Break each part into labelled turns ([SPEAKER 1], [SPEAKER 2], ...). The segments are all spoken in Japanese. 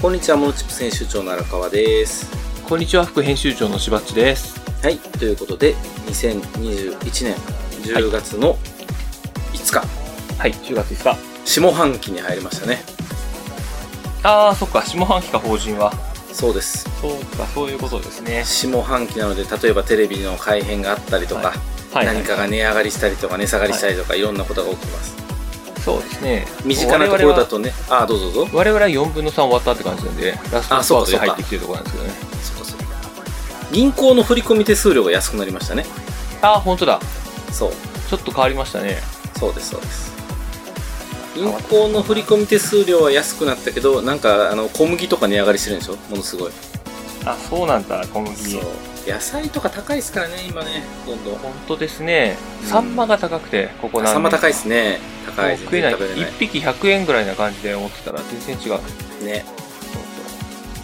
[SPEAKER 1] こんにちは、モノチップ編集長の荒川です。
[SPEAKER 2] こんにちは、副編集長のしばっちです。
[SPEAKER 1] はい、ということで、2021年10月の5日、
[SPEAKER 2] はい、10月5日。
[SPEAKER 1] 下半期に入りましたね。
[SPEAKER 2] あー、そっか、下半期か、法人は。
[SPEAKER 1] そうです。
[SPEAKER 2] そうか、そういうことですね。
[SPEAKER 1] 下半期なので、例えばテレビの改編があったりとか、
[SPEAKER 2] はい、
[SPEAKER 1] 何かが値上がりしたりとか、値下がりしたりとか、い、ろんなことが起きます。
[SPEAKER 2] そうですね。
[SPEAKER 1] 身近なところだ
[SPEAKER 2] と。
[SPEAKER 1] とね、ああ、どうぞどうぞ。
[SPEAKER 2] 我々は4分の3終わったって感じなんで、ラスト
[SPEAKER 1] あそうか
[SPEAKER 2] ス
[SPEAKER 1] そうか
[SPEAKER 2] パートで入ってきてるところなんですけどね。
[SPEAKER 1] そうかそうか銀行の振込手数料が安くなりましたね。
[SPEAKER 2] あー、本当だ。
[SPEAKER 1] そう。
[SPEAKER 2] ちょっと変わりましたね。
[SPEAKER 1] そうですそうです銀行の振込手数料は安くなったけどなんかあの小麦とか値上がりしてるんでしょものすごい
[SPEAKER 2] あ、そうなんだ、小麦。
[SPEAKER 1] そう野菜とか高いですからね今ねどんどん
[SPEAKER 2] 本当ですね。サンマが高くて、ここなん
[SPEAKER 1] サンマ高いですね高い
[SPEAKER 2] 食えない。
[SPEAKER 1] 全然食べれない
[SPEAKER 2] 1匹100円ぐらいな感じで思ってたら全然違う。
[SPEAKER 1] ね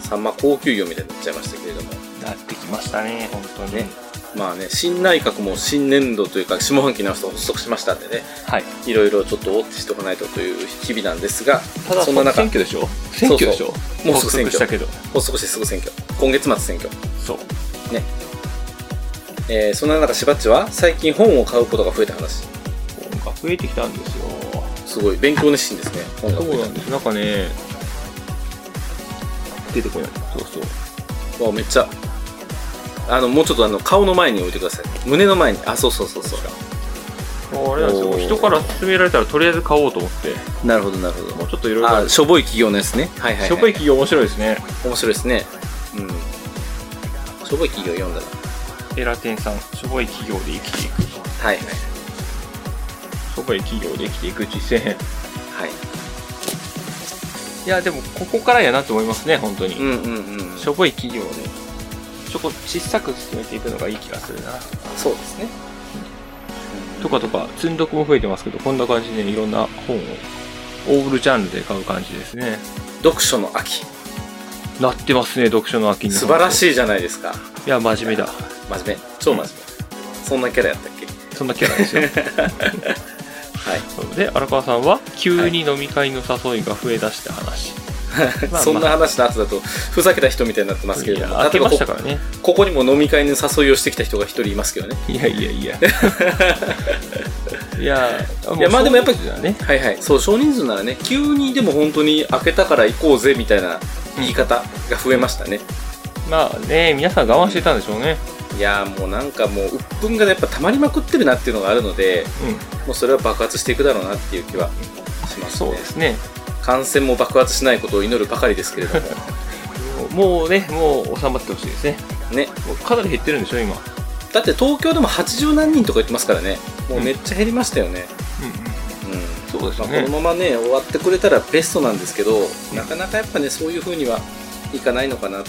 [SPEAKER 1] サンマ高級魚みたいになっちゃいましたけれども
[SPEAKER 2] なってきましたね、本当に。
[SPEAKER 1] ねまあね新内閣も新年度というか下半期の人発足しましたんでね
[SPEAKER 2] はい。
[SPEAKER 1] いろいろちょっとウォッチしておかないとという日々なんですが
[SPEAKER 2] ただ、
[SPEAKER 1] そ
[SPEAKER 2] そ
[SPEAKER 1] ん
[SPEAKER 2] ん
[SPEAKER 1] な
[SPEAKER 2] な
[SPEAKER 1] 中
[SPEAKER 2] 選挙でしょ選挙でしょ
[SPEAKER 1] もうすぐ選挙
[SPEAKER 2] 発足したけど。
[SPEAKER 1] 発足してすぐ選挙今月末選挙
[SPEAKER 2] そう。
[SPEAKER 1] えーそんな中しばっちは最近本を買うことが増えた話
[SPEAKER 2] 本が増えてきたんですよ。
[SPEAKER 1] すごい勉強熱心ですね。本が
[SPEAKER 2] そうなんです。なんかね、出てこない。そうそう。
[SPEAKER 1] わあめっちゃ。あのもうちょっとあの顔の前に置いてください。胸の前に。あそうそうそうそう。
[SPEAKER 2] あれなんです
[SPEAKER 1] お
[SPEAKER 2] よ。
[SPEAKER 1] ー
[SPEAKER 2] 人から勧められたらとりあえず買おうと思って、
[SPEAKER 1] なるほどなる
[SPEAKER 2] も
[SPEAKER 1] ほ
[SPEAKER 2] うちょっといろ
[SPEAKER 1] ど。
[SPEAKER 2] いろある
[SPEAKER 1] あ。しょぼい企業のやつね。はいはい、はい。
[SPEAKER 2] しょぼい企業面白いですね。
[SPEAKER 1] 面白いですね。うん。しょぼい企業読んだら。
[SPEAKER 2] エラテンさん、しょぼい企業で生きていく。し
[SPEAKER 1] はいはい
[SPEAKER 2] ょぼい企業で生きていく実践編。
[SPEAKER 1] はい。
[SPEAKER 2] いや、でもここからやなと思いますね、本当
[SPEAKER 1] う
[SPEAKER 2] に。
[SPEAKER 1] んうんうん。
[SPEAKER 2] しょぼい企業で、ちょこ小さく進めていくのがいい気がするな。
[SPEAKER 1] そうですね。
[SPEAKER 2] とかとか、積んどくも増えてますけど、こんな感じでいろんな本を、オールジャンルで買う感じですね。
[SPEAKER 1] 読書の秋。
[SPEAKER 2] なってますね、読書の秋に。
[SPEAKER 1] 素晴ら
[SPEAKER 2] い。
[SPEAKER 1] しいじゃないですか。
[SPEAKER 2] いや、真面目だ。
[SPEAKER 1] 真面目。超真面目。そんなキャラやったっけ
[SPEAKER 2] そんなキャラですよ。
[SPEAKER 1] はい。
[SPEAKER 2] で、荒川さんは、急に飲み会の誘いが増えだした話。ま あ
[SPEAKER 1] そんな話の後だと、ふざけた人みたいになってますけれ
[SPEAKER 2] い
[SPEAKER 1] ど
[SPEAKER 2] や、
[SPEAKER 1] も。
[SPEAKER 2] 開けま
[SPEAKER 1] こ
[SPEAKER 2] したからね。
[SPEAKER 1] ここにも飲み会の誘いをしてきた人が一人いますけどね。
[SPEAKER 2] いやいや いや。いや、
[SPEAKER 1] いやまあでもやっぱり
[SPEAKER 2] そうだね。
[SPEAKER 1] はいはい。そう、少人数ならね、急にでも本当に開けたから行こうぜみたいな言い方が増えましたね。
[SPEAKER 2] まあね、皆さん我慢してたんでしょうね。
[SPEAKER 1] いやーもうなんかもう、鬱憤がやっぱ溜まりまくってるなっていうのがあるので、
[SPEAKER 2] うん。
[SPEAKER 1] もうそれは爆発していくだろうなっていう気はします
[SPEAKER 2] そう
[SPEAKER 1] ね
[SPEAKER 2] で。すね。
[SPEAKER 1] 感染も爆発しないことを祈るばかりですけれ ども、
[SPEAKER 2] もうね、もう収まってほしいですね。
[SPEAKER 1] ね。
[SPEAKER 2] もうかなり減ってるんでしょ、今。
[SPEAKER 1] だって東京でも80何人とか言ってますからね。もうめっちゃ減りましたよね。
[SPEAKER 2] うんうん。
[SPEAKER 1] うん。
[SPEAKER 2] そうです
[SPEAKER 1] ま
[SPEAKER 2] よ
[SPEAKER 1] あ、
[SPEAKER 2] ね
[SPEAKER 1] こ。のままね終わってくれたらベストなんですけど、なかなかやっぱねそういう風にはいかないのかなう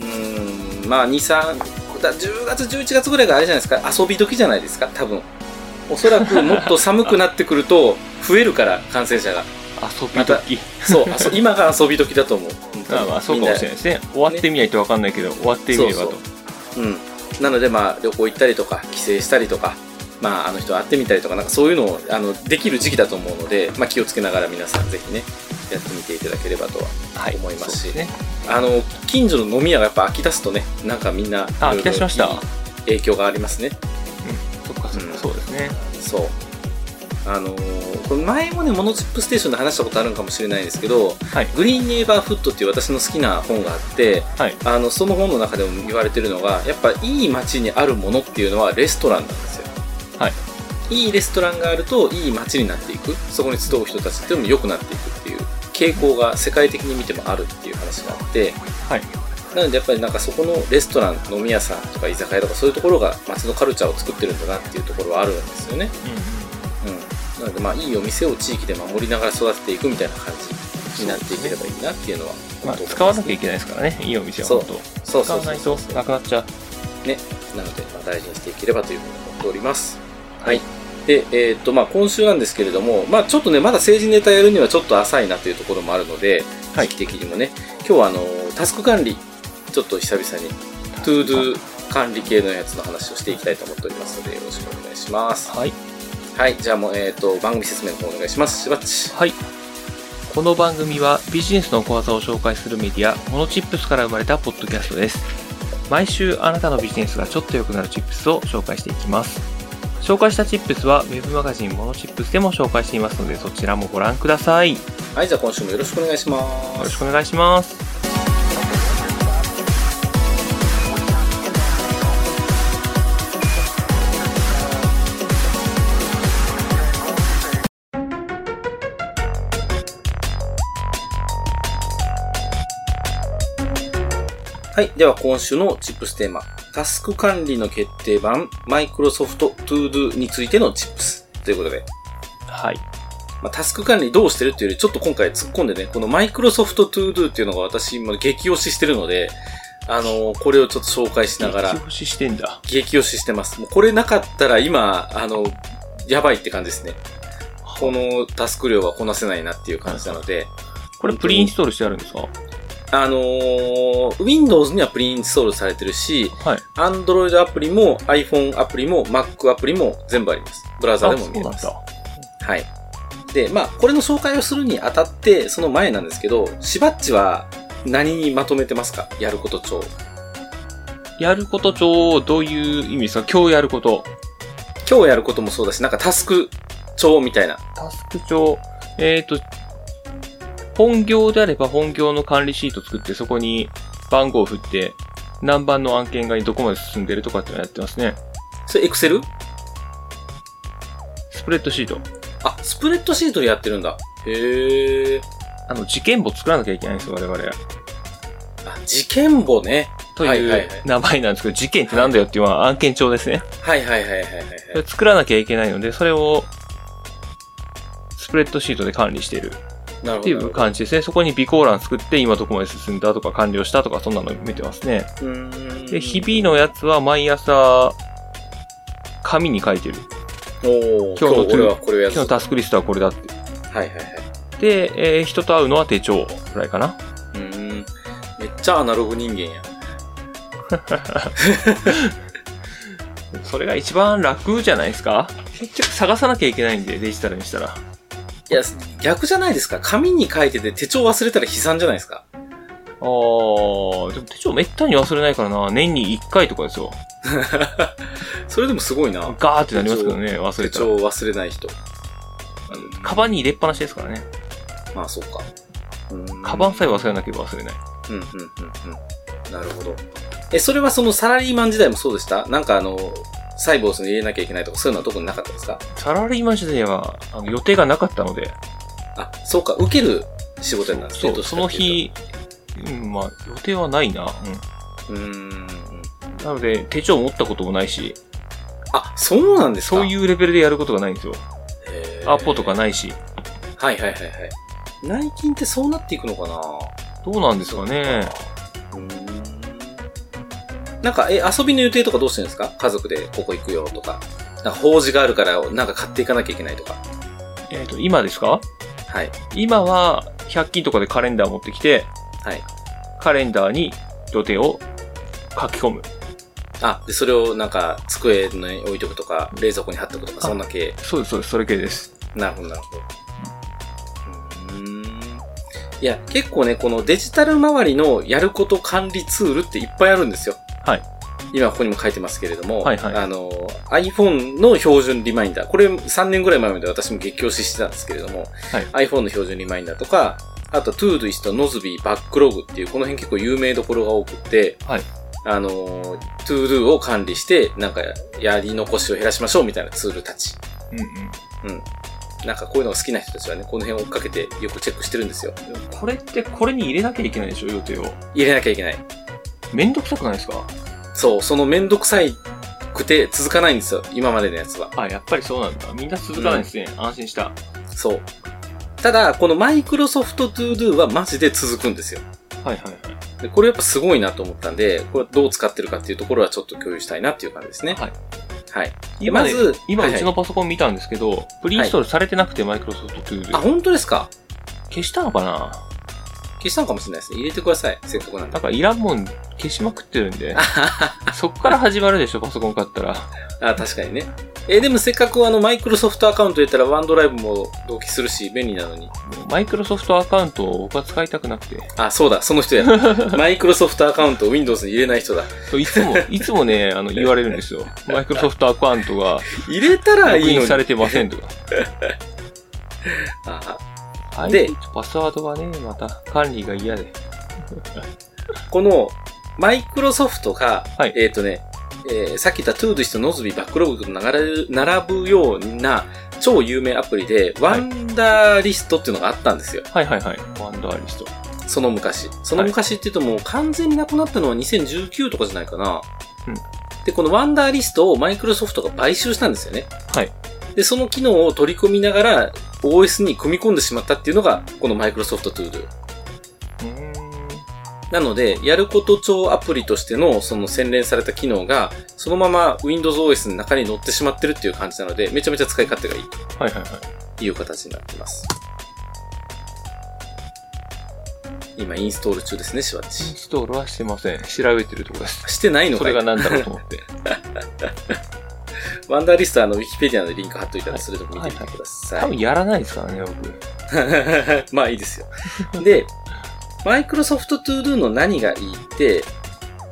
[SPEAKER 1] ーんまあ23だ10月11月ぐらいがあれじゃないですか遊び時じゃないですか多分おそらくもっと寒くなってくると増えるから感染者が
[SPEAKER 2] 遊び
[SPEAKER 1] また
[SPEAKER 2] 時。
[SPEAKER 1] そうあそ今が遊び時だと思う本当に
[SPEAKER 2] まあまあ、そうかもしれないですね。終わってみないと分かんないけど、終わってみればと
[SPEAKER 1] そう。うん、なのでまあ旅行行ったりとか帰省したりとかまあ、あの人会ってみたりとかなんかそういうのをあのできる時期だと思うので、まあ、気をつけながら皆さんぜひねやってみていただければとは
[SPEAKER 2] はい
[SPEAKER 1] 思いますし
[SPEAKER 2] そうですね。
[SPEAKER 1] あの近所の飲み屋がやっぱ飽き出すとねなんかみんな
[SPEAKER 2] あ、来たしました。
[SPEAKER 1] いろいろ影響がありますね
[SPEAKER 2] そっかそっ
[SPEAKER 1] うん
[SPEAKER 2] か、そうですね。
[SPEAKER 1] そうあのーこれ前もねモノチップステーションで話したことあるんかもしれないんですけど
[SPEAKER 2] はい。
[SPEAKER 1] グリーンネイバーフットっていう私の好きな本があって
[SPEAKER 2] はい。
[SPEAKER 1] あのその本の中でも言われてるのがやっぱいい街にあるものっていうのはレストランなんですよ
[SPEAKER 2] はい
[SPEAKER 1] いいレストランがあるといい街になっていくそこに集う人たちっていうのも良くなっていくっていう傾向が世界的に見てもあるっていう話があって
[SPEAKER 2] はい。
[SPEAKER 1] なのでやっぱりなんかそこのレストラン飲み屋さんとか居酒屋とかそういうところが街のカルチャーを作ってるんだなっていうところはあるんですよね、うん、なのでまあいいお店を地域で守りながら育てていくみたいな感じになっていければいいなっていうのは
[SPEAKER 2] まあ、使わなきゃい
[SPEAKER 1] け
[SPEAKER 2] けないですからね。いいお店は
[SPEAKER 1] そう
[SPEAKER 2] 本当。
[SPEAKER 1] そう
[SPEAKER 2] 使
[SPEAKER 1] そう
[SPEAKER 2] わ
[SPEAKER 1] そ
[SPEAKER 2] な
[SPEAKER 1] う
[SPEAKER 2] いとなくなっちゃう。
[SPEAKER 1] ね、なので、まあ、大事にしていければというふうに思っております。はい。で、えーっと、まあ、今週なんですけれども、まあ、ちょっとね、まだ政治ネタやるにはちょっと浅いなというところもあるので、
[SPEAKER 2] はい
[SPEAKER 1] 時期的にもね、今日はあの、タスク管理、ちょっと久々に、トゥードゥ管理系のやつの話をしていきたいと思っておりますので、よろしくお願いします。
[SPEAKER 2] はい。
[SPEAKER 1] はい。じゃあもう、えーっと、番組説明の方お願いします。しばっち。
[SPEAKER 2] はい。この番組はビジネスの小技を紹介するメディアモノチップスから生まれたポッドキャストです毎週あなたのビジネスがちょっと良くなるチップスを紹介していきます紹介したチップスはウェブマガジンモノチップスでも紹介していますのでそちらもご覧くださいよ
[SPEAKER 1] はい、じゃあ今週もよろしくお願いしま
[SPEAKER 2] ろし
[SPEAKER 1] す
[SPEAKER 2] く。お願いします
[SPEAKER 1] はい、では今週のチップステーマ、タスク管理の決定版、マイクロソフト ToDo についてのチップスということで、
[SPEAKER 2] はい
[SPEAKER 1] まあ、タスク管理どうしてるっていうより、ちょっと今回突っ込んでね、このマイクロソフト ToDo っていうのが私今激推ししてるので、あのーこれをちょっと紹介しながら
[SPEAKER 2] 激、推ししてんだ
[SPEAKER 1] 激推ししてます。もうこれなかったら今、あの、やばいって感じですね。このタスク量はこなせないなっていう感じなので、
[SPEAKER 2] これプリインストールしてあるんですか
[SPEAKER 1] あのー Windows にはプリインストールされてるし、
[SPEAKER 2] はい
[SPEAKER 1] Android アプリも iPhone アプリも Mac アプリも全部あります。ブラウザでも見れます。
[SPEAKER 2] あ
[SPEAKER 1] はい。で、まあ、これの紹介をするにあたって、その前なんですけど、しばっちは何にまとめてますかやること帳。
[SPEAKER 2] やること帳、どういう意味ですか今日やること。
[SPEAKER 1] 今日やることもそうだし、なんかタスク帳みたいな。
[SPEAKER 2] タスク帳、えっ、と、本業であれば本業の管理シート作って、そこに番号を振って、何番の案件がどこまで進んでるとかっていうのをやってますね。
[SPEAKER 1] それ Excel?
[SPEAKER 2] スプレッドシート。
[SPEAKER 1] あ、スプレッドシートでやってるんだ。へえ。
[SPEAKER 2] あの、事件簿作らなきゃいけないんですよ、我々。
[SPEAKER 1] あ、事件簿ね。
[SPEAKER 2] と
[SPEAKER 1] はい
[SPEAKER 2] い
[SPEAKER 1] はいはいう
[SPEAKER 2] 名前なんですけど、事件ってなんだよっていうのは案件帳ですね。
[SPEAKER 1] はいはいはいはいはいはい。
[SPEAKER 2] それ作らなきゃいけないので、それを、スプレッドシートで管理している
[SPEAKER 1] なる
[SPEAKER 2] ってい
[SPEAKER 1] ほ
[SPEAKER 2] う
[SPEAKER 1] どなる
[SPEAKER 2] 感じですね。そこに備考欄作って、今どこまで進んだとか完了したとか、そんなの見てますね。
[SPEAKER 1] ほど。うーん
[SPEAKER 2] で、日々のやつは毎朝、紙に書いてる。
[SPEAKER 1] おー
[SPEAKER 2] 今
[SPEAKER 1] 今
[SPEAKER 2] 日の
[SPEAKER 1] 日俺はこれをやる
[SPEAKER 2] 今日の
[SPEAKER 1] ぞ。
[SPEAKER 2] タスクリストはこれだって。
[SPEAKER 1] はいはいはい。
[SPEAKER 2] で、えー人と会うのは手帳くらいかな。
[SPEAKER 1] うーん。めっちゃアナログ人間や。
[SPEAKER 2] それが一番楽じゃないですか結局探さなきゃいけないんで、デジタルにしたら。
[SPEAKER 1] いや、逆じゃないですか。紙に書いてて手帳忘れたら悲惨じゃないですか。
[SPEAKER 2] あー、でも手帳めったに忘れないからな。年に1回とかですよ。
[SPEAKER 1] それでもすごいな。
[SPEAKER 2] ガーってなりますけどね、忘
[SPEAKER 1] 手
[SPEAKER 2] れたら。
[SPEAKER 1] 帳忘れない人。
[SPEAKER 2] カバンに入れっぱなしですからね。
[SPEAKER 1] まあそうか。うーん
[SPEAKER 2] カバンさえ忘れなければ忘れない。
[SPEAKER 1] うんうんうんうん。なるほど。え、それはそのサラリーマン時代もそうでしたなんかあの、サイボウズに入れなきゃいけないとかそういうのは特になかったですか
[SPEAKER 2] サラリーマン時代は、あの予定がなかったので、
[SPEAKER 1] あ、そうか、受ける仕事になって
[SPEAKER 2] そ
[SPEAKER 1] ど
[SPEAKER 2] う、
[SPEAKER 1] っち
[SPEAKER 2] そ
[SPEAKER 1] か
[SPEAKER 2] の
[SPEAKER 1] っていう
[SPEAKER 2] 日、うん、まあ、予定はないな。うん。
[SPEAKER 1] と。うーん。
[SPEAKER 2] なので、手帳持ったこともないし、
[SPEAKER 1] あ、そうなんですか
[SPEAKER 2] そういうレベルでやることがないんですよ。
[SPEAKER 1] へー
[SPEAKER 2] アポとかないし。
[SPEAKER 1] はいはいはいはい。内勤ってそうなっていくのかな
[SPEAKER 2] どうなんですかね。
[SPEAKER 1] うーん。なんか、え、遊びの予定とかどうしてるんですか家族でここ行くよとか。なんか法事があるから、なんか買っていかなきゃいけないとか。
[SPEAKER 2] えっ、と、今ですか
[SPEAKER 1] はい。
[SPEAKER 2] 今は、100均とかでカレンダー持ってきて、
[SPEAKER 1] はい。
[SPEAKER 2] カレンダーに予定を書き込む。
[SPEAKER 1] あ、で、それをなんか、机に置いとくとか、冷蔵庫に貼っとくとか、
[SPEAKER 2] あ
[SPEAKER 1] そんな系。
[SPEAKER 2] そうです、そうです、それ系です。
[SPEAKER 1] なるほど、なるほど。うーん。いや、結構ね、このデジタル周りのやること管理ツールっていっぱいあるんですよ。
[SPEAKER 2] はい。
[SPEAKER 1] 今ここにも書いてますけれども、
[SPEAKER 2] はいはい
[SPEAKER 1] あの、iPhone の標準リマインダー。これ3年ぐらい前まで私も激推ししてたんですけれども、iPhone の標準リマインダーとか、あと Todoist、Nozbe、Backlog っていう、この辺結構有名どころが多くって、
[SPEAKER 2] はい
[SPEAKER 1] あの、Todo を管理して、なんか、やり残しを減らしましょうみたいなツールたち。
[SPEAKER 2] うんうん。
[SPEAKER 1] なんかこういうのが好きな人たちはね、この辺を追っかけてよくチェックしてるんですよ。
[SPEAKER 2] これって、これに入れなきゃいけないでしょ、予定を。
[SPEAKER 1] 入れなきゃいけない。
[SPEAKER 2] めんどくさくないですか
[SPEAKER 1] そう、そのめんどくさいくて続かないんですよ、今までのやつは。
[SPEAKER 2] あ、やっぱりそうなんだ。みんな続かないですね。安心した。
[SPEAKER 1] そう。ただ、このマイクロソフト ToDo はマジで続くんですよ。
[SPEAKER 2] はいはいはい。
[SPEAKER 1] でこれやっぱすごいなと思ったんで、これどう使ってるかっていうところはちょっと共有したいなっていう感じですね。
[SPEAKER 2] はい。
[SPEAKER 1] はい。で
[SPEAKER 2] 今
[SPEAKER 1] ま
[SPEAKER 2] ね、
[SPEAKER 1] ず、
[SPEAKER 2] 今
[SPEAKER 1] はいは
[SPEAKER 2] う
[SPEAKER 1] い
[SPEAKER 2] ちのパソコン見たんですけど、プリインストールされてなくて、マイクロソフトトゥー
[SPEAKER 1] あ、
[SPEAKER 2] ル。
[SPEAKER 1] 本当ですか
[SPEAKER 2] 消したのかな
[SPEAKER 1] 消したのかもしれないですね。入れてください。せっかくなんで
[SPEAKER 2] なん。かいらんもん消しまくってるんで、そっから始まるでしょ、パソコン買ったら。
[SPEAKER 1] あ、確かにね。えーでもせっかくあの、マイクロソフトアカウント入れたらワンドライブも同期するし、便利なのに。
[SPEAKER 2] マイクロソフトアカウントを僕は使いたくなくて。
[SPEAKER 1] あ、そうだ、その人 や。マイクロソフトアカウントを Windows に入れない人だ。
[SPEAKER 2] そうい つも、いつもね、あの、言われるんですよ。マイクロソフトアカウン トが、
[SPEAKER 1] 入れたら
[SPEAKER 2] ロ
[SPEAKER 1] い
[SPEAKER 2] グ
[SPEAKER 1] い
[SPEAKER 2] イ
[SPEAKER 1] の
[SPEAKER 2] ン
[SPEAKER 1] に。
[SPEAKER 2] されてませんとか。
[SPEAKER 1] あ
[SPEAKER 2] あい
[SPEAKER 1] で
[SPEAKER 2] つパスワードがね、また管理が嫌で。
[SPEAKER 1] この、マイクロソフトが、
[SPEAKER 2] はい
[SPEAKER 1] えっ、とね、えーさっき言った Todoist の Nozbe バックログと並ぶ並ぶような超有名アプリで、ワンダーリストっていうのがあったんですよ。
[SPEAKER 2] はいはいはい。ワンダーリスト。
[SPEAKER 1] その昔。その昔って言うともう完全になくなったのは2019とかじゃないかな。
[SPEAKER 2] うん
[SPEAKER 1] で、このワンダーリストをマイクロソフトが買収したんですよね。
[SPEAKER 2] はい。
[SPEAKER 1] で、その機能を取り込みながら OS に組み込んでしまったっていうのが、このマイクロソフト To Do。
[SPEAKER 2] うーん。
[SPEAKER 1] なので、やること帳アプリとしてのその洗練された機能が、そのまま WindowsOS の中に乗ってしまってるっていう感じなので、めちゃめちゃ使い勝手がいいと
[SPEAKER 2] はいはいはい。
[SPEAKER 1] いう形になってます。今インストール中ですね、しわっ
[SPEAKER 2] イン
[SPEAKER 1] ち。
[SPEAKER 2] ストールはしてません。調べてるところです。
[SPEAKER 1] してないの
[SPEAKER 2] そ
[SPEAKER 1] か
[SPEAKER 2] れ
[SPEAKER 1] い
[SPEAKER 2] が何だろうと思って。
[SPEAKER 1] ワンダーリストはあのウィキペディアのリンク貼っといたので、それでも見てみてくださ
[SPEAKER 2] 多
[SPEAKER 1] い。
[SPEAKER 2] 分やらないですからね、僕。
[SPEAKER 1] まあいいですよ。で、マイクロソフト To Do の何がいいって、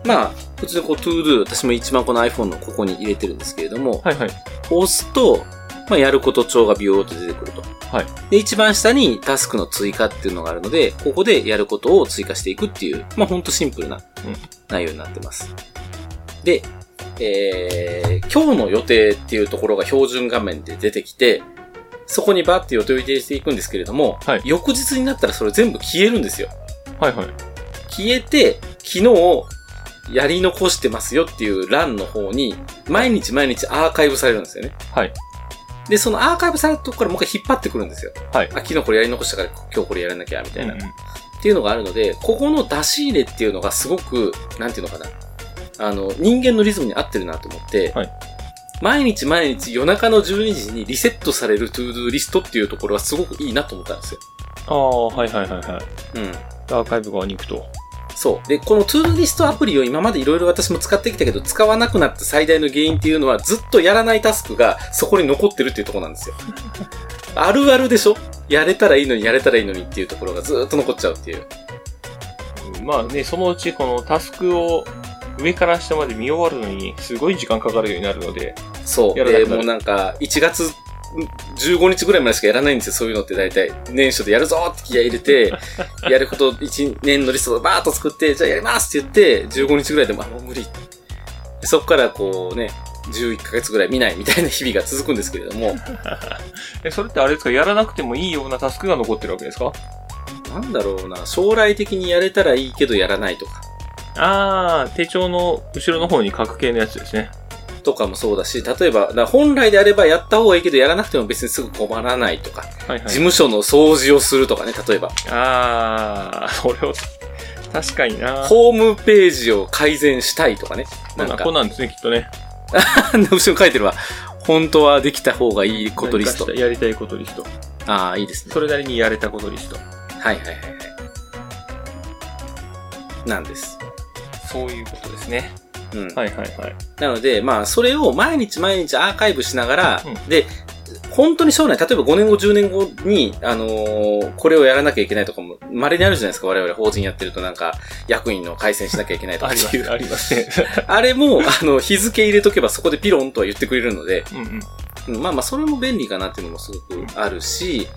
[SPEAKER 1] まあ、普通にこう To Do、私も一番この iPhone のここに入れてるんですけれども、
[SPEAKER 2] はいはい。
[SPEAKER 1] 押すと、まあ、やること帳がビヨーっと出てくると。
[SPEAKER 2] はい。
[SPEAKER 1] で、一番下にタスクの追加っていうのがあるので、ここでやることを追加していくっていう、まあ、ほんとシンプルな内容になってます。で、えー、今日の予定っていうところが標準画面で出てきて、そこにバーって予定を入れていくんですけれども、
[SPEAKER 2] はい
[SPEAKER 1] 翌日になったらそれ全部消えるんですよ。
[SPEAKER 2] はいはい。
[SPEAKER 1] 消えて、昨日、やり残してますよっていう欄の方に、毎日毎日アーカイブされるんですよね。
[SPEAKER 2] はい。
[SPEAKER 1] で、そのアーカイブされたとこからもう一回引っ張ってくるんですよ。
[SPEAKER 2] はい
[SPEAKER 1] あ、昨日これやり残したから今日これやらなきゃ、みたいな、
[SPEAKER 2] う
[SPEAKER 1] っ
[SPEAKER 2] んうん
[SPEAKER 1] ていうのがあるので、ここの出し入れっていうのがすごく、なんていうのかな。あの、人間のリズムに合ってるなと思って、
[SPEAKER 2] はい
[SPEAKER 1] 毎日毎日夜中の12時にリセットされるトゥードゥーリストっていうところはすごくいいなと思ったんですよ。
[SPEAKER 2] ああ、はいはいはいはい。
[SPEAKER 1] うん。
[SPEAKER 2] アーカイブ側に行くと。
[SPEAKER 1] そう。で、このトゥードゥーリストアプリを今までいろいろ私も使ってきたけど、使わなくなった最大の原因っていうのは、ずっとやらないタスクがそこに残ってるっていうところなんですよ。あるあるでしょやれたらいいのに、やれたらいいのにっていうところがずーっと残っちゃうっていう。
[SPEAKER 2] まあね、そのうちこのタスクを上から下まで見終わるのにすごい時間かかるようになるので、
[SPEAKER 1] そう。
[SPEAKER 2] やらな
[SPEAKER 1] で、
[SPEAKER 2] くなる
[SPEAKER 1] もうなんか、1月15日ぐらいまでしかやらないんですよ、そういうのって大体。年初でやるぞーって気合い入れ て、やること1年のリストをバーッと作って、じゃあやりますって言って、15日ぐらいでも、あ、もう無理。でそこからこうね、11ヶ月ぐらい見ないみたいな日々が続くんですけれど も、
[SPEAKER 2] え、それってあれですか、やらなくてもいいようなタスクが残ってるわけですか
[SPEAKER 1] なんだろうな、将来的にやれたらいいけどやらないとか、
[SPEAKER 2] ああ、手帳の後ろの方に書く系のやつですね。
[SPEAKER 1] とかもそうだし、例えば、だから本来であればやった方がいいけどやらなくても別にすぐ困らないとか、
[SPEAKER 2] はいは
[SPEAKER 1] 事
[SPEAKER 2] い。
[SPEAKER 1] 務所の掃除をするとかね、例えば。
[SPEAKER 2] ああ、それを、確かにな。
[SPEAKER 1] ホームページを改善したいとかね。な
[SPEAKER 2] な
[SPEAKER 1] んん
[SPEAKER 2] か、
[SPEAKER 1] か
[SPEAKER 2] こ、うなんですね、きっとね。
[SPEAKER 1] 後ろに書いてるわ。本当はできた方がいいことリスト
[SPEAKER 2] 何かし。たやりたいことリスト。
[SPEAKER 1] ああ、いいですね。
[SPEAKER 2] それなりにやれたことリスト。
[SPEAKER 1] はいはいはいはい。なんです。
[SPEAKER 2] そういうことですね。
[SPEAKER 1] うん。
[SPEAKER 2] はいはいはい。
[SPEAKER 1] なので、まあ、それを毎日毎日アーカイブしながら、
[SPEAKER 2] うん
[SPEAKER 1] で、本当に将来、例えば5年後、10年後に、あのーこれをやらなきゃいけないとかも、稀にあるじゃないですか、我々法人やってるとなんか、役員の改善しなきゃいけないと
[SPEAKER 2] あ
[SPEAKER 1] かっ
[SPEAKER 2] りま
[SPEAKER 1] てい
[SPEAKER 2] す、
[SPEAKER 1] う。
[SPEAKER 2] ありますね。
[SPEAKER 1] あれも、あの、日付入れとけばそこでピロンとは言ってくれるので、
[SPEAKER 2] うんうん。
[SPEAKER 1] うんまあまあ、それも便利かなっていうのもすごくあるし、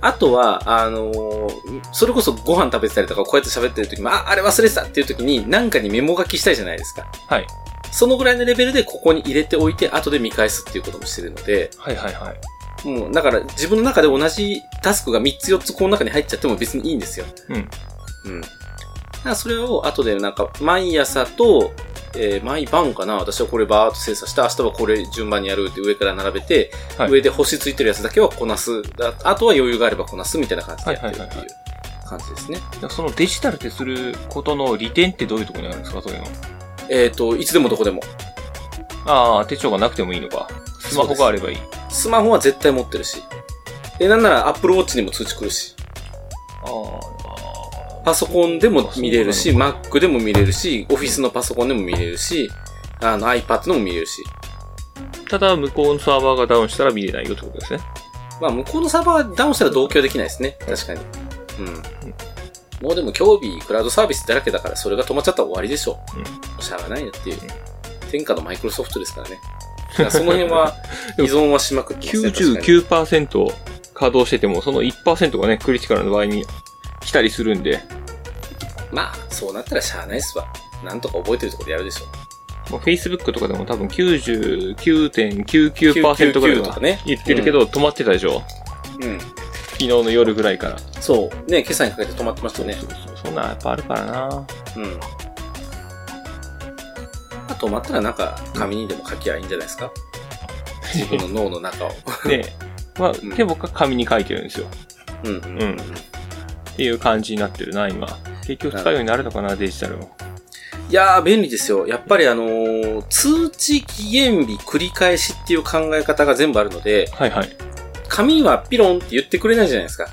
[SPEAKER 1] あとは、あのーそれこそご飯食べてたりとか、こうやって喋ってる時も、あ、あれ忘れてたっていう時に、なんかにメモ書きしたいじゃないですか。
[SPEAKER 2] はい。
[SPEAKER 1] そのぐらいのレベルでここに入れておいて、後で見返すっていうこともしてるので、
[SPEAKER 2] はいはいはい。
[SPEAKER 1] もう、だから自分の中で同じタスクが3つ4つこの中に入っちゃっても別にいいんですよ。
[SPEAKER 2] うん。
[SPEAKER 1] うん。だからそれを後でなんか、毎朝と、えー毎晩かな、私はこれバーっと精査して、明日はこれ順番にやるって上から並べて、
[SPEAKER 2] はい
[SPEAKER 1] 上で星ついてるやつだけはこなす。だあとは余裕があればこなすみたいな感じでやってるっていう
[SPEAKER 2] はいはい
[SPEAKER 1] 感じですね。
[SPEAKER 2] だからそのデジタルですることの利点ってどういうところにあるんですかそういうの。
[SPEAKER 1] えっ、と、いつでもどこでも。
[SPEAKER 2] ああ、手帳がなくてもいいのか。スマホがあればいい。
[SPEAKER 1] スマホは絶対持ってるし。で、なんなら Apple Watch にも通知来るし。
[SPEAKER 2] ああ、
[SPEAKER 1] パソコンでも見れるし、
[SPEAKER 2] あそう
[SPEAKER 1] Mac でも見れるし、オフィスのパソコンでも見れるし、あの iPad でも見れるし。
[SPEAKER 2] ただ、向こうのサーバーがダウンしたら見れないよってことですね。
[SPEAKER 1] まあ、向こうのサーバーダウンしたら同居できないですね。確かに。うん。もうでも、競技、クラウドサービスだらけだから、それが止まっちゃったら終わりでしょ
[SPEAKER 2] うん
[SPEAKER 1] う。しゃあないなっていう
[SPEAKER 2] うん。
[SPEAKER 1] 天下のマイクロソフトですからね。だからその辺は、依存はしまくってますね。確
[SPEAKER 2] 99%稼働してても、その1%がね、クリティカルな場合に来たりするん
[SPEAKER 1] か
[SPEAKER 2] で、
[SPEAKER 1] にまあ、そうなったらしゃあないっすわ。なんとか覚えてるところでやるでしょう。
[SPEAKER 2] まあ、Facebook とかでも多分99.99%ぐらい
[SPEAKER 1] とか
[SPEAKER 2] は
[SPEAKER 1] ね。
[SPEAKER 2] 言ってるけど、止まってたでしょ
[SPEAKER 1] うん。
[SPEAKER 2] 昨日の夜ぐらいから。
[SPEAKER 1] そう。ね、今朝にかけて止まってましたね。
[SPEAKER 2] そうそうそんなんやっぱあるから な。
[SPEAKER 1] うん。あと、止まったらなんか、紙にでも書きゃいいんじゃないですか自分の脳の中を。
[SPEAKER 2] で、まあ、
[SPEAKER 1] ん
[SPEAKER 2] で、僕は紙に書いてるんですよ。
[SPEAKER 1] うん。うん。うん
[SPEAKER 2] っていう感じになってるな、今。結局使うようになるのかな、デジタルも。
[SPEAKER 1] いやー、便利ですよ。やっぱりあのー通知期限日繰り返しっていう考え方が全部あるので、
[SPEAKER 2] はいはい。
[SPEAKER 1] 紙はピロンって言ってくれないじゃないですか。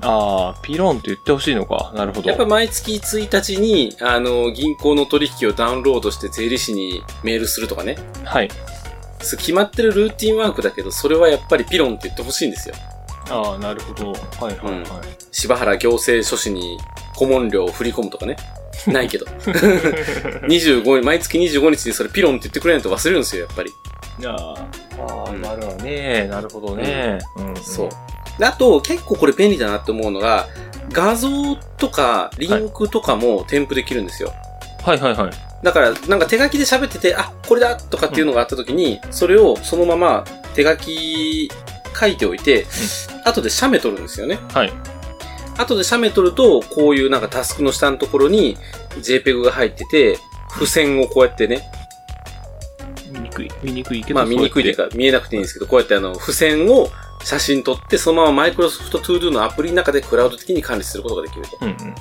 [SPEAKER 2] あー、ピロンって言ってほしいのか。なるほど。
[SPEAKER 1] やっぱ毎月1日に、あのー銀行の取引をダウンロードして税理士にメールするとかね。
[SPEAKER 2] はい。
[SPEAKER 1] そう決まってるルーティンワークだけど、それはやっぱりピロンって言ってほしいんですよ。
[SPEAKER 2] あー、なるほど。はいはいは
[SPEAKER 1] う
[SPEAKER 2] い。
[SPEAKER 1] ん柴原行政書士に顧問料を振り込むとかね。ないけど。25日、毎月25日にそれピロンって言ってくれないと忘れるんですよ、やっぱり。
[SPEAKER 2] ああ
[SPEAKER 1] うん
[SPEAKER 2] なるほどね。なるほどね。うん
[SPEAKER 1] そう。。であと、結構これ便利だなって思うのが、画像とかリンクとかも添付できるんですよ。
[SPEAKER 2] はいはいはい。
[SPEAKER 1] だから、なんか手書きで喋ってて、あ、これだとかっていうのがあった時に、それをそのまま手書き書いておいて、後で写メ撮るんですよね。
[SPEAKER 2] はい。
[SPEAKER 1] 後で写メ撮ると、こういうなんかタスクの下のところに JPEG が入ってて、付箋をこうやってね、
[SPEAKER 2] 見にくい。見にくいけど。
[SPEAKER 1] まあ見にくいというか見えなくていいんですけど、こうやってあの、付箋を写真撮って、そのままマイクロソフト ToDo のアプリの中でクラウド的に管理することができる
[SPEAKER 2] そうやって。うんうん。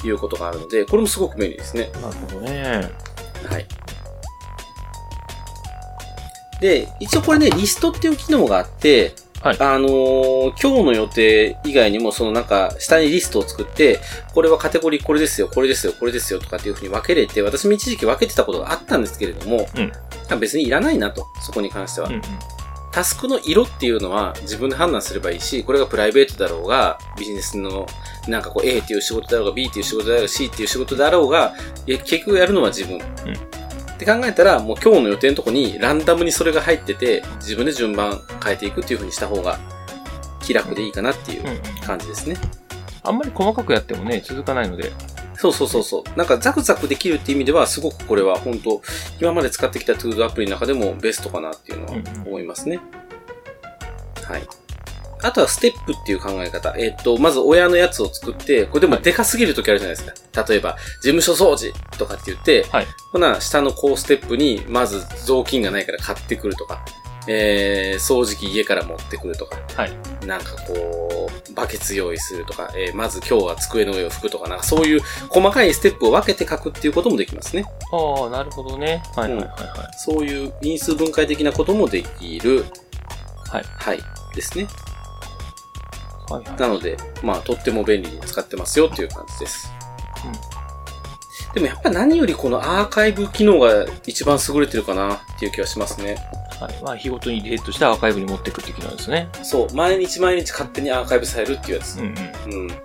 [SPEAKER 1] ということがあるので、これもすごく便利ですね。
[SPEAKER 2] なるほどね。
[SPEAKER 1] はい。で、一応これね、リストっていう機能があって、
[SPEAKER 2] はい
[SPEAKER 1] あのー今日の予定以外にも、そのなんか、下にリストを作って、これはカテゴリーこれですよ、これですよ、これですよとかっていうふうに分けれて、私も一時期分けてたことがあったんですけれども、
[SPEAKER 2] うん
[SPEAKER 1] あ別にいらないなと、そこに関しては。
[SPEAKER 2] うんうん。
[SPEAKER 1] タスクの色っていうのは自分で判断すればいいし、これがプライベートだろうが、ビジネスのなんかこう A っていう仕事だろうが、B っていう仕事だろうが、C っていう仕事だろうが、いや結局やるのは自分。って考えたら、もう今日の予定のとこにランダムにそれが入ってて、自分で順番変えていくっていう風にした方が気楽でいいかなっていう
[SPEAKER 2] うんうん
[SPEAKER 1] 感じですね。
[SPEAKER 2] あんまり細かくやってもね、続かないので。
[SPEAKER 1] そうそうそうそう。なんかザクザクできるっていう意味では、すごくこれは本当今まで使ってきたトゥードアプリの中でもベストかなっていうのは思いますね。はい。あとはステップっていう考え方。えっ、と、まず親のやつを作って、これでも
[SPEAKER 2] はい
[SPEAKER 1] でかすぎる時あるじゃないですか。例えば、事務所掃除とかって言って、
[SPEAKER 2] はい
[SPEAKER 1] こんな下のこうステップに、まず雑巾がないから買ってくるとか、えー、掃除機家から持ってくるとか、
[SPEAKER 2] はい
[SPEAKER 1] なんかこう、バケツ用意するとか、えー、まず今日は机の上を拭くとか、なんかそういう細かいステップを分けて書くっていうこともできますね。
[SPEAKER 2] ああ、なるほどね。はいはいはいは
[SPEAKER 1] そういう因数分解的なこともできる。
[SPEAKER 2] はい
[SPEAKER 1] はい。ですね。
[SPEAKER 2] い。はいはい。
[SPEAKER 1] なので、まあ、とっても便利に使ってますよっていう感じです。でもやっぱ何よりこのアーカイブ機能が一番優れてるかなっていう気はしますね。
[SPEAKER 2] はい。まあ、日ごとにリセットしたアーカイブに持っていくっていう機能ですね。
[SPEAKER 1] そう、毎日毎日勝手にアーカイブされるっていうやつ。
[SPEAKER 2] うんうん。
[SPEAKER 1] うん。で、
[SPEAKER 2] あ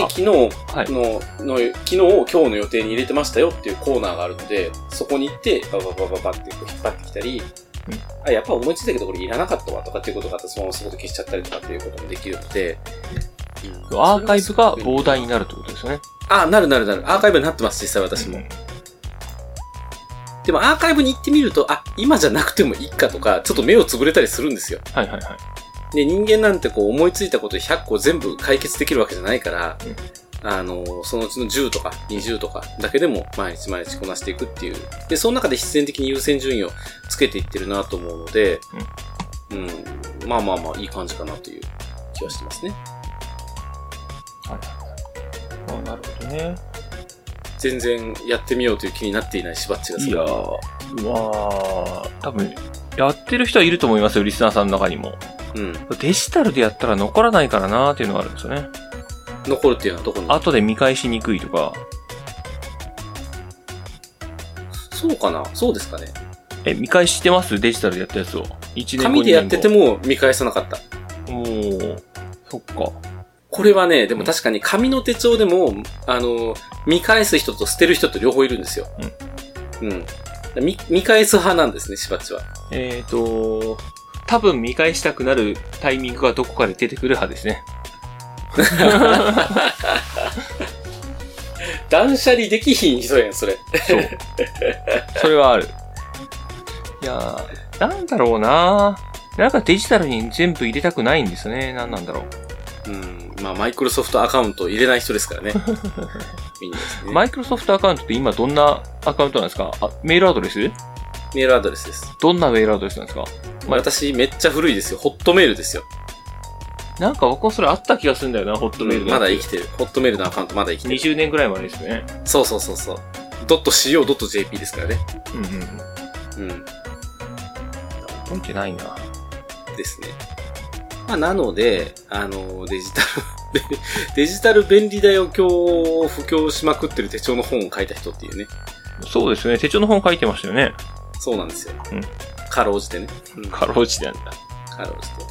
[SPEAKER 1] 昨日の、
[SPEAKER 2] はい。
[SPEAKER 1] の、昨日を今日の予定に入れてましたよっていうコーナーがあるので、そこに行って、バババババってこう引っ張ってきたり、
[SPEAKER 2] うん
[SPEAKER 1] あ、やっぱ思いついたけどこれいらなかったわとかっていうことがあったら、そのままそこで消しちゃったりとかっていうこともできるので、うん
[SPEAKER 2] アーカイブが膨大に
[SPEAKER 1] に。
[SPEAKER 2] なるってことですよね。
[SPEAKER 1] あ、なるなるなる。アーカイブになってます、実際私も。
[SPEAKER 2] うんうん
[SPEAKER 1] でもアーカイブに行ってみると、あ、今じゃなくてもいいかとか、ちょっと目をつぶれたりするんですよ。
[SPEAKER 2] はいはいはい。
[SPEAKER 1] で、人間なんてこう思いついたこと100個全部解決できるわけじゃないから、あの、そのうちの10とか20とかだけでも毎日毎日こなしていくっていう。で、その中で必然的に優先順位をつけていってるなと思うので、うん、まあまあまあいい感じかなという気はしてますね。
[SPEAKER 2] はいはいはい。あなるほどね。
[SPEAKER 1] 全然やってみようという気になっていないしばっちがす
[SPEAKER 2] い
[SPEAKER 1] る。
[SPEAKER 2] やー、まあ、多分、やってる人はいると思いますよ、リスナーさんの中にも。
[SPEAKER 1] うん。
[SPEAKER 2] デジタルでやったら残らないからなーっていうのがあるんですよね。
[SPEAKER 1] 残るっていうのはどこに
[SPEAKER 2] 後で見返しにくいとか、
[SPEAKER 1] そうかなそうですかね。
[SPEAKER 2] え、見返してますデジタルでやったやつを。1年後
[SPEAKER 1] 紙でやってて
[SPEAKER 2] も。
[SPEAKER 1] も見返さなかった。
[SPEAKER 2] おーそっか。
[SPEAKER 1] これはね、でも確かに紙の手帳でも、あの、見返す人と捨てる人と両方いるんですよ。うん。見見返す派なんですね、しばっちは。
[SPEAKER 2] えっ、ー、と、多分見返したくなるタイミングがどこかで出てくる派ですね。
[SPEAKER 1] 断捨離できひん人やん、それ。
[SPEAKER 2] そう。それはある。いやー、なんだろうななんかデジタルに全部入れたくないんですね。なんなんだろ
[SPEAKER 1] うん。まあ、マイクロソフトアカウント入れない人です からね。みんなです
[SPEAKER 2] う。
[SPEAKER 1] ね。
[SPEAKER 2] マイクロソフトアカウントって今どんなアカウントなんですかあメールアドレス
[SPEAKER 1] メールアドレスです。
[SPEAKER 2] どんなメールアドレスなんですかまあ
[SPEAKER 1] 私、めっちゃ古いですよ。ホットメールですよ。
[SPEAKER 2] なんか僕もそれあった気がするんだよな、ホットメールの
[SPEAKER 1] ま
[SPEAKER 2] やつ
[SPEAKER 1] だ生きてる。ホットメールのアカウントまだ生きてる。
[SPEAKER 2] 20年ぐらい前ですね。
[SPEAKER 1] そうそうそうそう。ドット CO ドット JP ですからね。
[SPEAKER 2] うんうんうん。
[SPEAKER 1] うん。
[SPEAKER 2] 覚えてないな。
[SPEAKER 1] ですね。まあ、なので、あの、デジタル、 デジタル便利だよ今日布教しまくってる手帳の本を書いた人っていうね。
[SPEAKER 2] そうですね。手帳の本書いてましたよね。
[SPEAKER 1] そうなんですよ。
[SPEAKER 2] うん
[SPEAKER 1] かろうじてね。うんか
[SPEAKER 2] かろうじてなんだ。
[SPEAKER 1] ろうじて。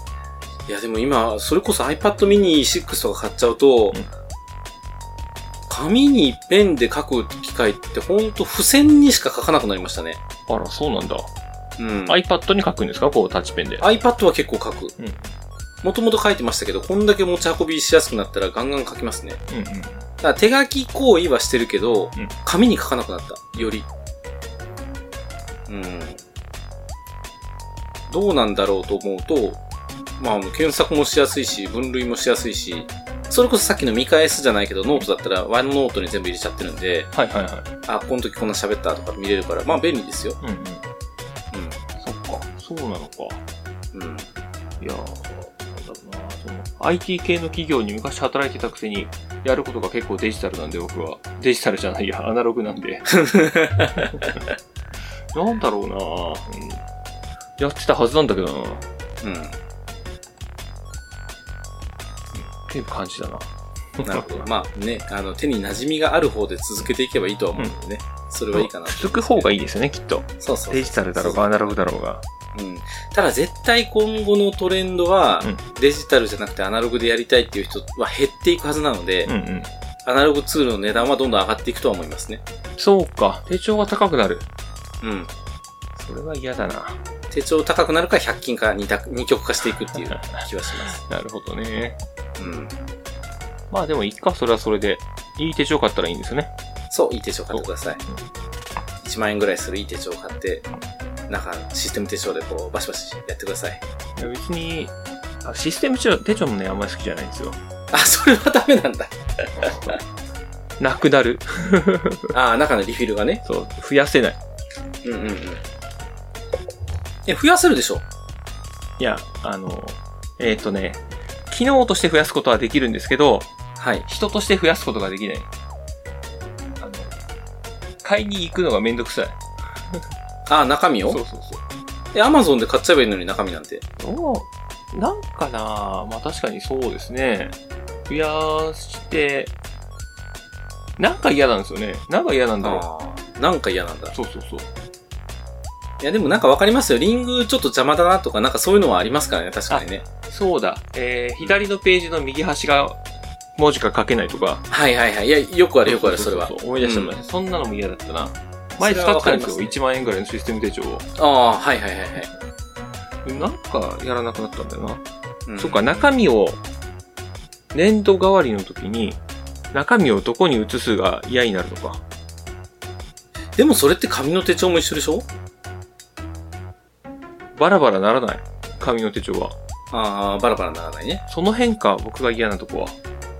[SPEAKER 1] いや、でも今、それこそ iPad mini6 とか買っちゃうと、
[SPEAKER 2] うん
[SPEAKER 1] 紙にペンで書く機会ってほんと付箋にしか書かなくなりましたね。
[SPEAKER 2] あら、そうなんだ。
[SPEAKER 1] うん。
[SPEAKER 2] iPad に書くんですかこう、タッチペンで。
[SPEAKER 1] iPad は結構書く
[SPEAKER 2] うん。
[SPEAKER 1] もともと書いてましたけど、こんだけ持ち運びしやすくなったらガンガン書きますね。
[SPEAKER 2] うんうん。
[SPEAKER 1] だから手書き行為はしてるけど、
[SPEAKER 2] うん
[SPEAKER 1] 紙に書かなくなった。より。うん。どうなんだろうと思うと、まあ、検索もしやすいし、分類もしやすいし、それこそさっきの見返すじゃないけど、ノートだったらワンノートに全部入れちゃってるんで、
[SPEAKER 2] はいはいはい。
[SPEAKER 1] あ、この時こんな喋ったとか見れるから、まあ便利ですよ。
[SPEAKER 2] うんうん。そっか。そうなのか。
[SPEAKER 1] うん。うん。
[SPEAKER 2] いやー、なんだろうな。その、IT 系の企業に昔働いてたくせに、やることが結構デジタルなんで、僕は。デジタルじゃないや、アナログなん で。なんだろうな、うん、やってたはずなんだけどな。
[SPEAKER 1] うん。
[SPEAKER 2] っていう感じだな。
[SPEAKER 1] なるほど。 まあね、あの、手に馴染みがある方で続けていけばいいとは思うのでね。それはいいかなと思います
[SPEAKER 2] 続く方がいいですよね、きっと。
[SPEAKER 1] そうそう。
[SPEAKER 2] デジタルだろうが、アナログだろうが。
[SPEAKER 1] うん、ただ絶対今後のトレンドは、
[SPEAKER 2] うん
[SPEAKER 1] デジタルじゃなくてアナログでやりたいっていう人は減っていくはずなので、
[SPEAKER 2] うんうん。
[SPEAKER 1] アナログツールの値段はどんどん上がっていくとは思いますね。
[SPEAKER 2] そうか。手帳が高くなる。
[SPEAKER 1] うん。
[SPEAKER 2] それは嫌だな。
[SPEAKER 1] 手帳高くなるから100均か二択二極化していくっていう気はします。
[SPEAKER 2] なるほどね。
[SPEAKER 1] うん。
[SPEAKER 2] まあでも、いっか、それはそれで。いい手帳買ったらいいんですよね。
[SPEAKER 1] そう、いい手帳買ってください。1万円ぐらいするいい手帳を買って、なんかシステム手帳でこうバシバシやってください。
[SPEAKER 2] いや別に、あシステム手帳手帳もね、あんまり好きじゃないんですよ。
[SPEAKER 1] あ、それはダメなんだ。
[SPEAKER 2] なくなる。
[SPEAKER 1] ああ、中のリフィルがね。
[SPEAKER 2] そう、増やせない。
[SPEAKER 1] うんうんうん。え、増やせるでしょ
[SPEAKER 2] いや、あの、えーっ、とね、機能として増やすことはできるんですけど、
[SPEAKER 1] はい。
[SPEAKER 2] 人として増やすことができない。あの、買いに行くのがめんどくさい。
[SPEAKER 1] ああ、中身を
[SPEAKER 2] そうそうそう。
[SPEAKER 1] え、アマゾンで買っちゃえばいいのに中身なんて。
[SPEAKER 2] どうなんかなまあ確かにそうですね。増やして、なんか嫌なんですよね。なんか嫌なんだろ
[SPEAKER 1] なんか嫌なんだ
[SPEAKER 2] う。。そうそうそう。
[SPEAKER 1] いや、でもなんかわかりますよ。リングちょっと邪魔だなとか、なんかそういうのはありますからね、確かにね。
[SPEAKER 2] そうだ。えー、左のページの右端が、文字が書けないとか。
[SPEAKER 1] はいはいはい。いや、よくあるよくある、それは
[SPEAKER 2] う。うう思い出した、
[SPEAKER 1] うん
[SPEAKER 2] 思い出したそんなのも嫌だったな。
[SPEAKER 1] そ
[SPEAKER 2] 前
[SPEAKER 1] れは
[SPEAKER 2] 使っ
[SPEAKER 1] わ
[SPEAKER 2] てた
[SPEAKER 1] かり
[SPEAKER 2] んで
[SPEAKER 1] ますす
[SPEAKER 2] よ。1万円ぐらいのシステム手帳を。
[SPEAKER 1] ああ、はいはいはいはい。
[SPEAKER 2] なんかやらなくなったんだよな。
[SPEAKER 1] うん
[SPEAKER 2] そっか、。中身を、年度代わりの時に、中身をどこに移すが嫌になるのか。
[SPEAKER 1] でもそれって紙の手帳も一緒でしょ
[SPEAKER 2] バラバラならない。紙の手帳は。
[SPEAKER 1] ああ、バラバラならないね。
[SPEAKER 2] その変化、僕が嫌なとこは。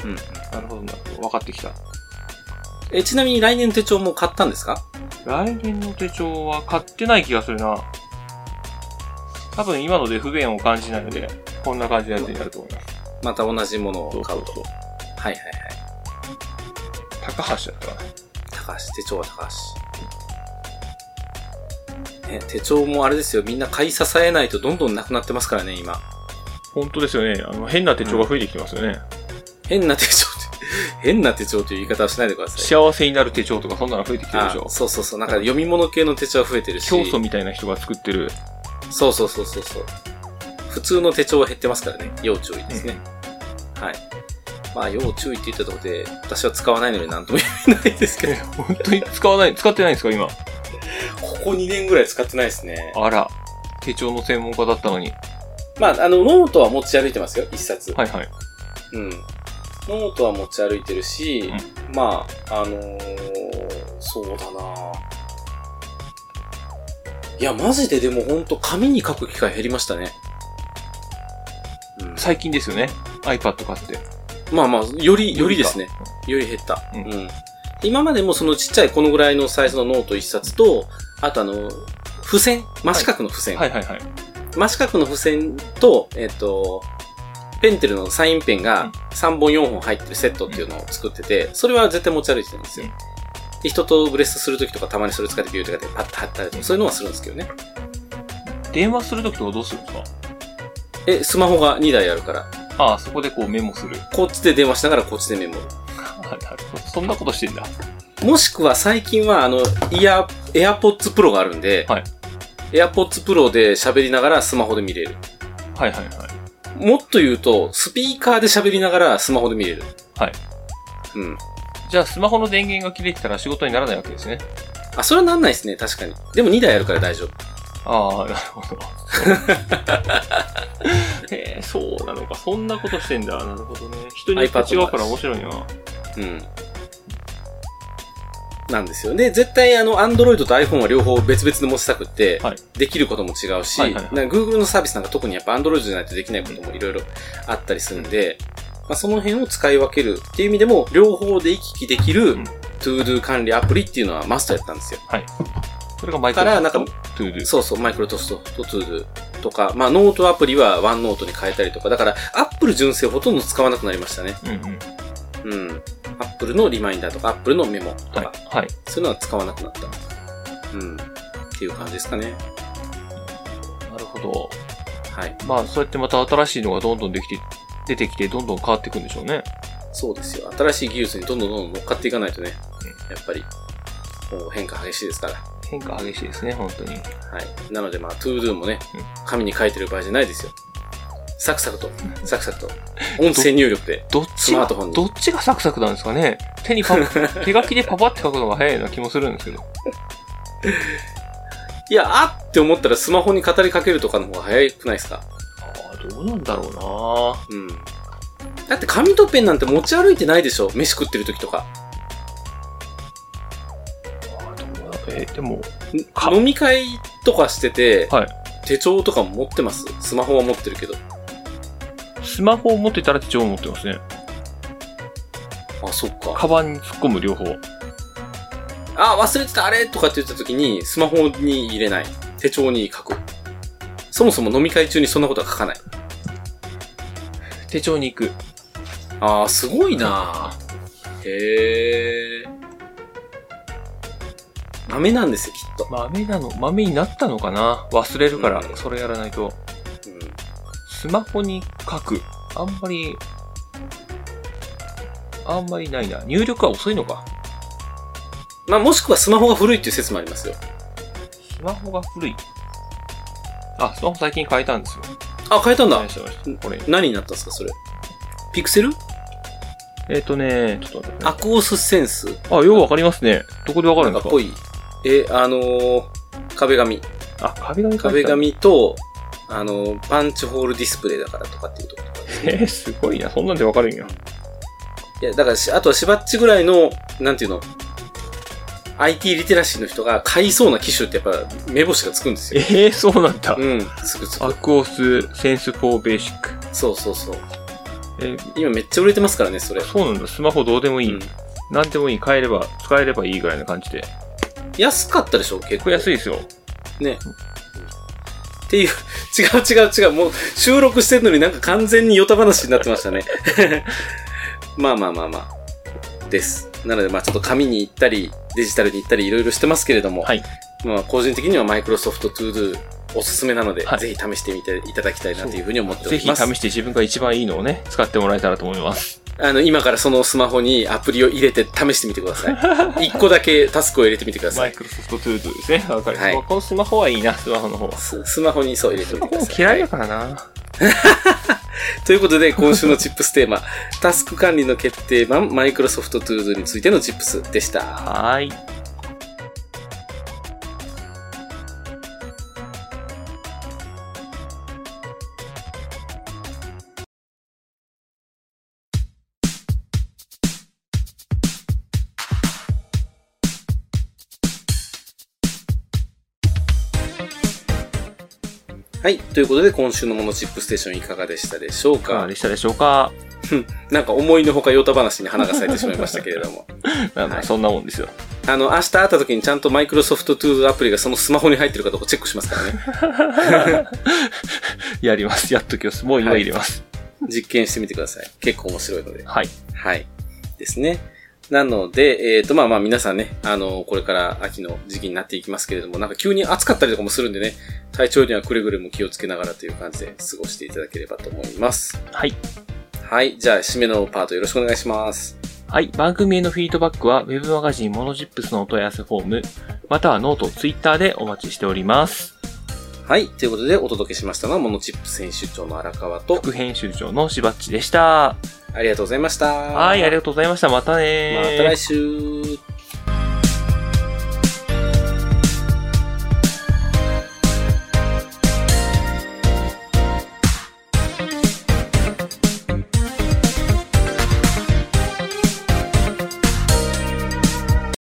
[SPEAKER 1] うん。
[SPEAKER 2] なるほどな。分かってきた。
[SPEAKER 1] え、ちなみに来年の手帳も買ったんですか
[SPEAKER 2] 来年の手帳は買ってない気がするな。多分今ので不便を感じないので、こんな感じのやつになると思います。
[SPEAKER 1] また同じものを買うと。
[SPEAKER 2] そうそうそう
[SPEAKER 1] はいはいはい。
[SPEAKER 2] 高橋だったかな。
[SPEAKER 1] 高橋、手帳は高橋。ね、手帳もあれですよ。みんな買い支えないとどんどんなくなってますからね、今。
[SPEAKER 2] 本当ですよね。あの、変な手帳が増えてきてますよね。
[SPEAKER 1] 変な手帳って、変な手帳という言い方はしないでください。
[SPEAKER 2] 幸せになる手帳とかそんなの増えてきてるで
[SPEAKER 1] あ
[SPEAKER 2] しょ
[SPEAKER 1] そうそうそう。なんか読み物系の手帳は増えてるし。
[SPEAKER 2] 教祖みたいな人が作ってる
[SPEAKER 1] そうそうそうそうそう。普通の手帳は減ってますからね。要注意ですね。はい。まあ、要注意って言ったところで、私は使わないので何とも言えないですけど、
[SPEAKER 2] 本当に使わない使ってないんですか今
[SPEAKER 1] ここ2年ぐらい使ってないですね。
[SPEAKER 2] あら手帳の専門家だったのに
[SPEAKER 1] まあ、あの、ノートは持ち歩いてますよ、一冊。
[SPEAKER 2] はいはい
[SPEAKER 1] うん。ノートは持ち歩いてるし、まあ、あのーそうだないや、マジででもほんと紙に書く機会減りましたね。うん
[SPEAKER 2] 最近ですよね iPad 買って
[SPEAKER 1] まあまあ、より、よりですね。より減った。
[SPEAKER 2] う
[SPEAKER 1] うんん。今までもそのちっちゃいこのぐらいのサイズのノート1冊と、あとあの、付箋真四角の付箋。
[SPEAKER 2] はいはいはい
[SPEAKER 1] 真四角の付箋と、えっ、と、ペンテルのサインペン
[SPEAKER 2] うん
[SPEAKER 1] が3本4本入ってるセットっていうのを作ってて、それは絶対持ち歩いてるんですよ。で、人とブレストするときとかたまにそれ使ってビューとかでパッと貼ったりとか、そういうのはするんですけどね。
[SPEAKER 2] 電話するときとかどうするんですか
[SPEAKER 1] え、スマホが2台あるから、
[SPEAKER 2] ああそこでこうメモ する
[SPEAKER 1] こっちで電話しながらこっちでメモる。
[SPEAKER 2] あなるほどそんなことしてんだ
[SPEAKER 1] もしくは最近はあの、イヤ、エアポッツプロがあるんで、
[SPEAKER 2] はい
[SPEAKER 1] エアポッツプロで喋りながらスマホで見れる。
[SPEAKER 2] はいはいはい
[SPEAKER 1] もっと言うと、スピーカーで喋りながらスマホで見れる。
[SPEAKER 2] はい。
[SPEAKER 1] うん。
[SPEAKER 2] じゃあスマホの電源が切れてたら仕事にならないわけですね
[SPEAKER 1] あ、それはなんないですね、確かに。でも2台あるから大丈夫。
[SPEAKER 2] ああなるほ どへえそうなのかそんなことしてんだなるほどね人によって違うから面白いな
[SPEAKER 1] うん。なんですよ。で、絶対あの、Android と iPhone は両方別々で持ちたくって、
[SPEAKER 2] はい
[SPEAKER 1] できることも違うし、
[SPEAKER 2] はいはいはい
[SPEAKER 1] なんか Google のサービスなんか特にやっぱ Android じゃないとできないこともいろいろあったりするんで、まあ、その辺を使い分けるっていう意味でも、両方で行き来できる、
[SPEAKER 2] うん
[SPEAKER 1] ToDo 管理アプリっていうのはマストやったんですよ。
[SPEAKER 2] それがマイク
[SPEAKER 1] だ
[SPEAKER 2] ロ
[SPEAKER 1] から、
[SPEAKER 2] ソ
[SPEAKER 1] なん
[SPEAKER 2] フト
[SPEAKER 1] か、
[SPEAKER 2] トゥードゥ
[SPEAKER 1] そうそう、マイクロトストと ToDo とか、まあ、ノートアプリは OneNote に変えたりとか、だから、Apple 純正ほとんど使わなくなりましたね。
[SPEAKER 2] うんうん
[SPEAKER 1] うん。Apple のリマインダーとか、Apple のメモとか、
[SPEAKER 2] はいはい
[SPEAKER 1] そういうのは使わなくなった。うん。っていう感じですかね。
[SPEAKER 2] なるほど
[SPEAKER 1] はい。
[SPEAKER 2] まあ、そうやってまた新しいのがどんどんできて、出てきて、どんどん変わっていくんでしょうね。
[SPEAKER 1] そうですよ。新しい技術にどんどんどんどん乗っかっていかないとね、やっぱり、もう変化激しいですから。
[SPEAKER 2] 変化激しいですね、本当に。
[SPEAKER 1] はい。なのでまあ、トゥードゥもね
[SPEAKER 2] うん、
[SPEAKER 1] 紙に書いてる場合じゃないですよ。サクサクと、サクサクと、音声入力で。
[SPEAKER 2] どっ
[SPEAKER 1] ス
[SPEAKER 2] ち
[SPEAKER 1] マー
[SPEAKER 2] が、
[SPEAKER 1] トフォンに
[SPEAKER 2] どっちがサクサクなんですかね手にパ パ、手書きでパパって書くのが早いような気もするんですけど。
[SPEAKER 1] いや、あって思ったらスマホに語りかけるとかの方が早くないですか
[SPEAKER 2] ああ、どうなんだろうな
[SPEAKER 1] うん。だって紙とペンなんて持ち歩いてないでしょ飯食ってる時とか。
[SPEAKER 2] え、でも、か
[SPEAKER 1] 飲み会とかしてて、
[SPEAKER 2] はい
[SPEAKER 1] 手帳とかも持ってますスマホは持ってるけど。
[SPEAKER 2] スマホを持ってたら手帳を持ってますね。
[SPEAKER 1] あ、そっか。
[SPEAKER 2] カバンに突っ込む両方。
[SPEAKER 1] あ、忘れてたあれとかって言った時に、スマホに入れない。手帳に書く。そもそも飲み会中にそんなことは書かない。
[SPEAKER 2] 手帳に行く。
[SPEAKER 1] あー、すごいなぁ。へえ。ダメなんですよ、きっと。
[SPEAKER 2] 豆なの、豆になったのかな忘れるから
[SPEAKER 1] う、ん
[SPEAKER 2] それやらないと。
[SPEAKER 1] うん
[SPEAKER 2] スマホに書く。あんまり、あんまりないな。入力は遅いのか。
[SPEAKER 1] まあ、もしくはスマホが古いっていう説もありますよ。
[SPEAKER 2] スマホが古い。あ、スマホ最近変えたんですよ。
[SPEAKER 1] あ、変えたんだ
[SPEAKER 2] 変え。ましたこれ。
[SPEAKER 1] 何になったんですか、それ。ピクセル
[SPEAKER 2] えっ、とね、ちょっと待って、
[SPEAKER 1] ア
[SPEAKER 2] ね。
[SPEAKER 1] クオスセンス。
[SPEAKER 2] あ、よくわかりますね。どこでわかるん
[SPEAKER 1] な
[SPEAKER 2] で
[SPEAKER 1] んか
[SPEAKER 2] すか
[SPEAKER 1] っぽい。え、あのー、壁紙。
[SPEAKER 2] あ、壁紙変え
[SPEAKER 1] 壁
[SPEAKER 2] たんだ。
[SPEAKER 1] 紙と、あの、パンチホールディスプレイだからとかっていうところとかですね。
[SPEAKER 2] えー、すごいな。そんなんでわかるんや。
[SPEAKER 1] いや、だからし、あとはしばっちぐらいの、なんていうの、IT リテラシーの人が買いそうな機種ってやっぱ目星がつくんです
[SPEAKER 2] え
[SPEAKER 1] よ。
[SPEAKER 2] ー、そうなんだ。
[SPEAKER 1] うん、つくつく。
[SPEAKER 2] アクオスセンス4ベーシック。
[SPEAKER 1] そうそうそう。
[SPEAKER 2] えー
[SPEAKER 1] 今めっちゃ売れてますからね、それ。
[SPEAKER 2] そうなんだ。スマホどうでもいい。
[SPEAKER 1] うん
[SPEAKER 2] なんでもいい。変えれば、使えればいいぐらいな感じで。
[SPEAKER 1] 安かったでしょ、結
[SPEAKER 2] こ
[SPEAKER 1] 構。
[SPEAKER 2] れ安
[SPEAKER 1] い。
[SPEAKER 2] いですよ。
[SPEAKER 1] ね。っていう、違 う違う違う、もう収録してるのになんか完全にヨタ話になってましたね。 まあまあまあまあ。です。なので、まあちょっと紙に行ったり、デジタルに行ったりいろいろしてますけれども、
[SPEAKER 2] はい
[SPEAKER 1] まあ個人的にはマイクロソフト ToDo おすすめなので、
[SPEAKER 2] はい
[SPEAKER 1] ぜひ試してみていただきたいなというふうに思っており
[SPEAKER 2] ぜひ試
[SPEAKER 1] ます。
[SPEAKER 2] して自分が一番いいのをね、使ってもらえたらと思います。
[SPEAKER 1] あの、今からそのスマホにアプリを入れて試してみてください。一個だけタスクを入れてみてくださ
[SPEAKER 2] マ イ
[SPEAKER 1] い。
[SPEAKER 2] クロソフトトゥードゥですね。わかりま
[SPEAKER 1] はい
[SPEAKER 2] す。このスマホはいいな、スマホの方は。
[SPEAKER 1] ススマホにそう入れて
[SPEAKER 2] ス
[SPEAKER 1] み
[SPEAKER 2] マ
[SPEAKER 1] てく
[SPEAKER 2] ホ
[SPEAKER 1] だ
[SPEAKER 2] も
[SPEAKER 1] さい。
[SPEAKER 2] 嫌い
[SPEAKER 1] は
[SPEAKER 2] だからな。
[SPEAKER 1] ということで、今週のチップステーマ、タスク管理の決定版、マイクロソフトトゥードゥについてのチップスでした。
[SPEAKER 2] はーい。
[SPEAKER 1] はい。ということで、今週のモノチップステーションいかがでしたでしょう
[SPEAKER 2] いかが
[SPEAKER 1] か
[SPEAKER 2] でしたでしょうか
[SPEAKER 1] なんか思いのほかヨタ話に花が咲いてしまいましたけれども。
[SPEAKER 2] まあまあそんなもんですよ。
[SPEAKER 1] あの、明日会った時にちゃんとマイクロソフトトゥードゥアプリがそのスマホに入ってるかどうかチェックしますからね。
[SPEAKER 2] やります。やっときます。もう今入れます。
[SPEAKER 1] 実験してみてください。結構面白いので。
[SPEAKER 2] はい。
[SPEAKER 1] はい。ですね。なので、えっ、と、まあまあ皆さんね、あの、これから秋の時期になっていきますけれども、なんか急に暑かったりとかもするんでね、体調にはくれぐれも気をつけながらという感じで過ごしていただければと思います。
[SPEAKER 2] はい。
[SPEAKER 1] はい。じゃあ、締めのパートよろしくお願いします。
[SPEAKER 2] はい。番組へのフィードバックは、ウェブマガジンモノジップスのお問い合わせフォーム、またはノート、ツイッターでお待ちしております。
[SPEAKER 1] はい。ということで、お届けしましたのは、モノチップ選手長の荒川と、
[SPEAKER 2] 副編集長のしばっちでした。
[SPEAKER 1] ありがとうございました。
[SPEAKER 2] はい、ありがとうございました。またねー
[SPEAKER 1] また来週。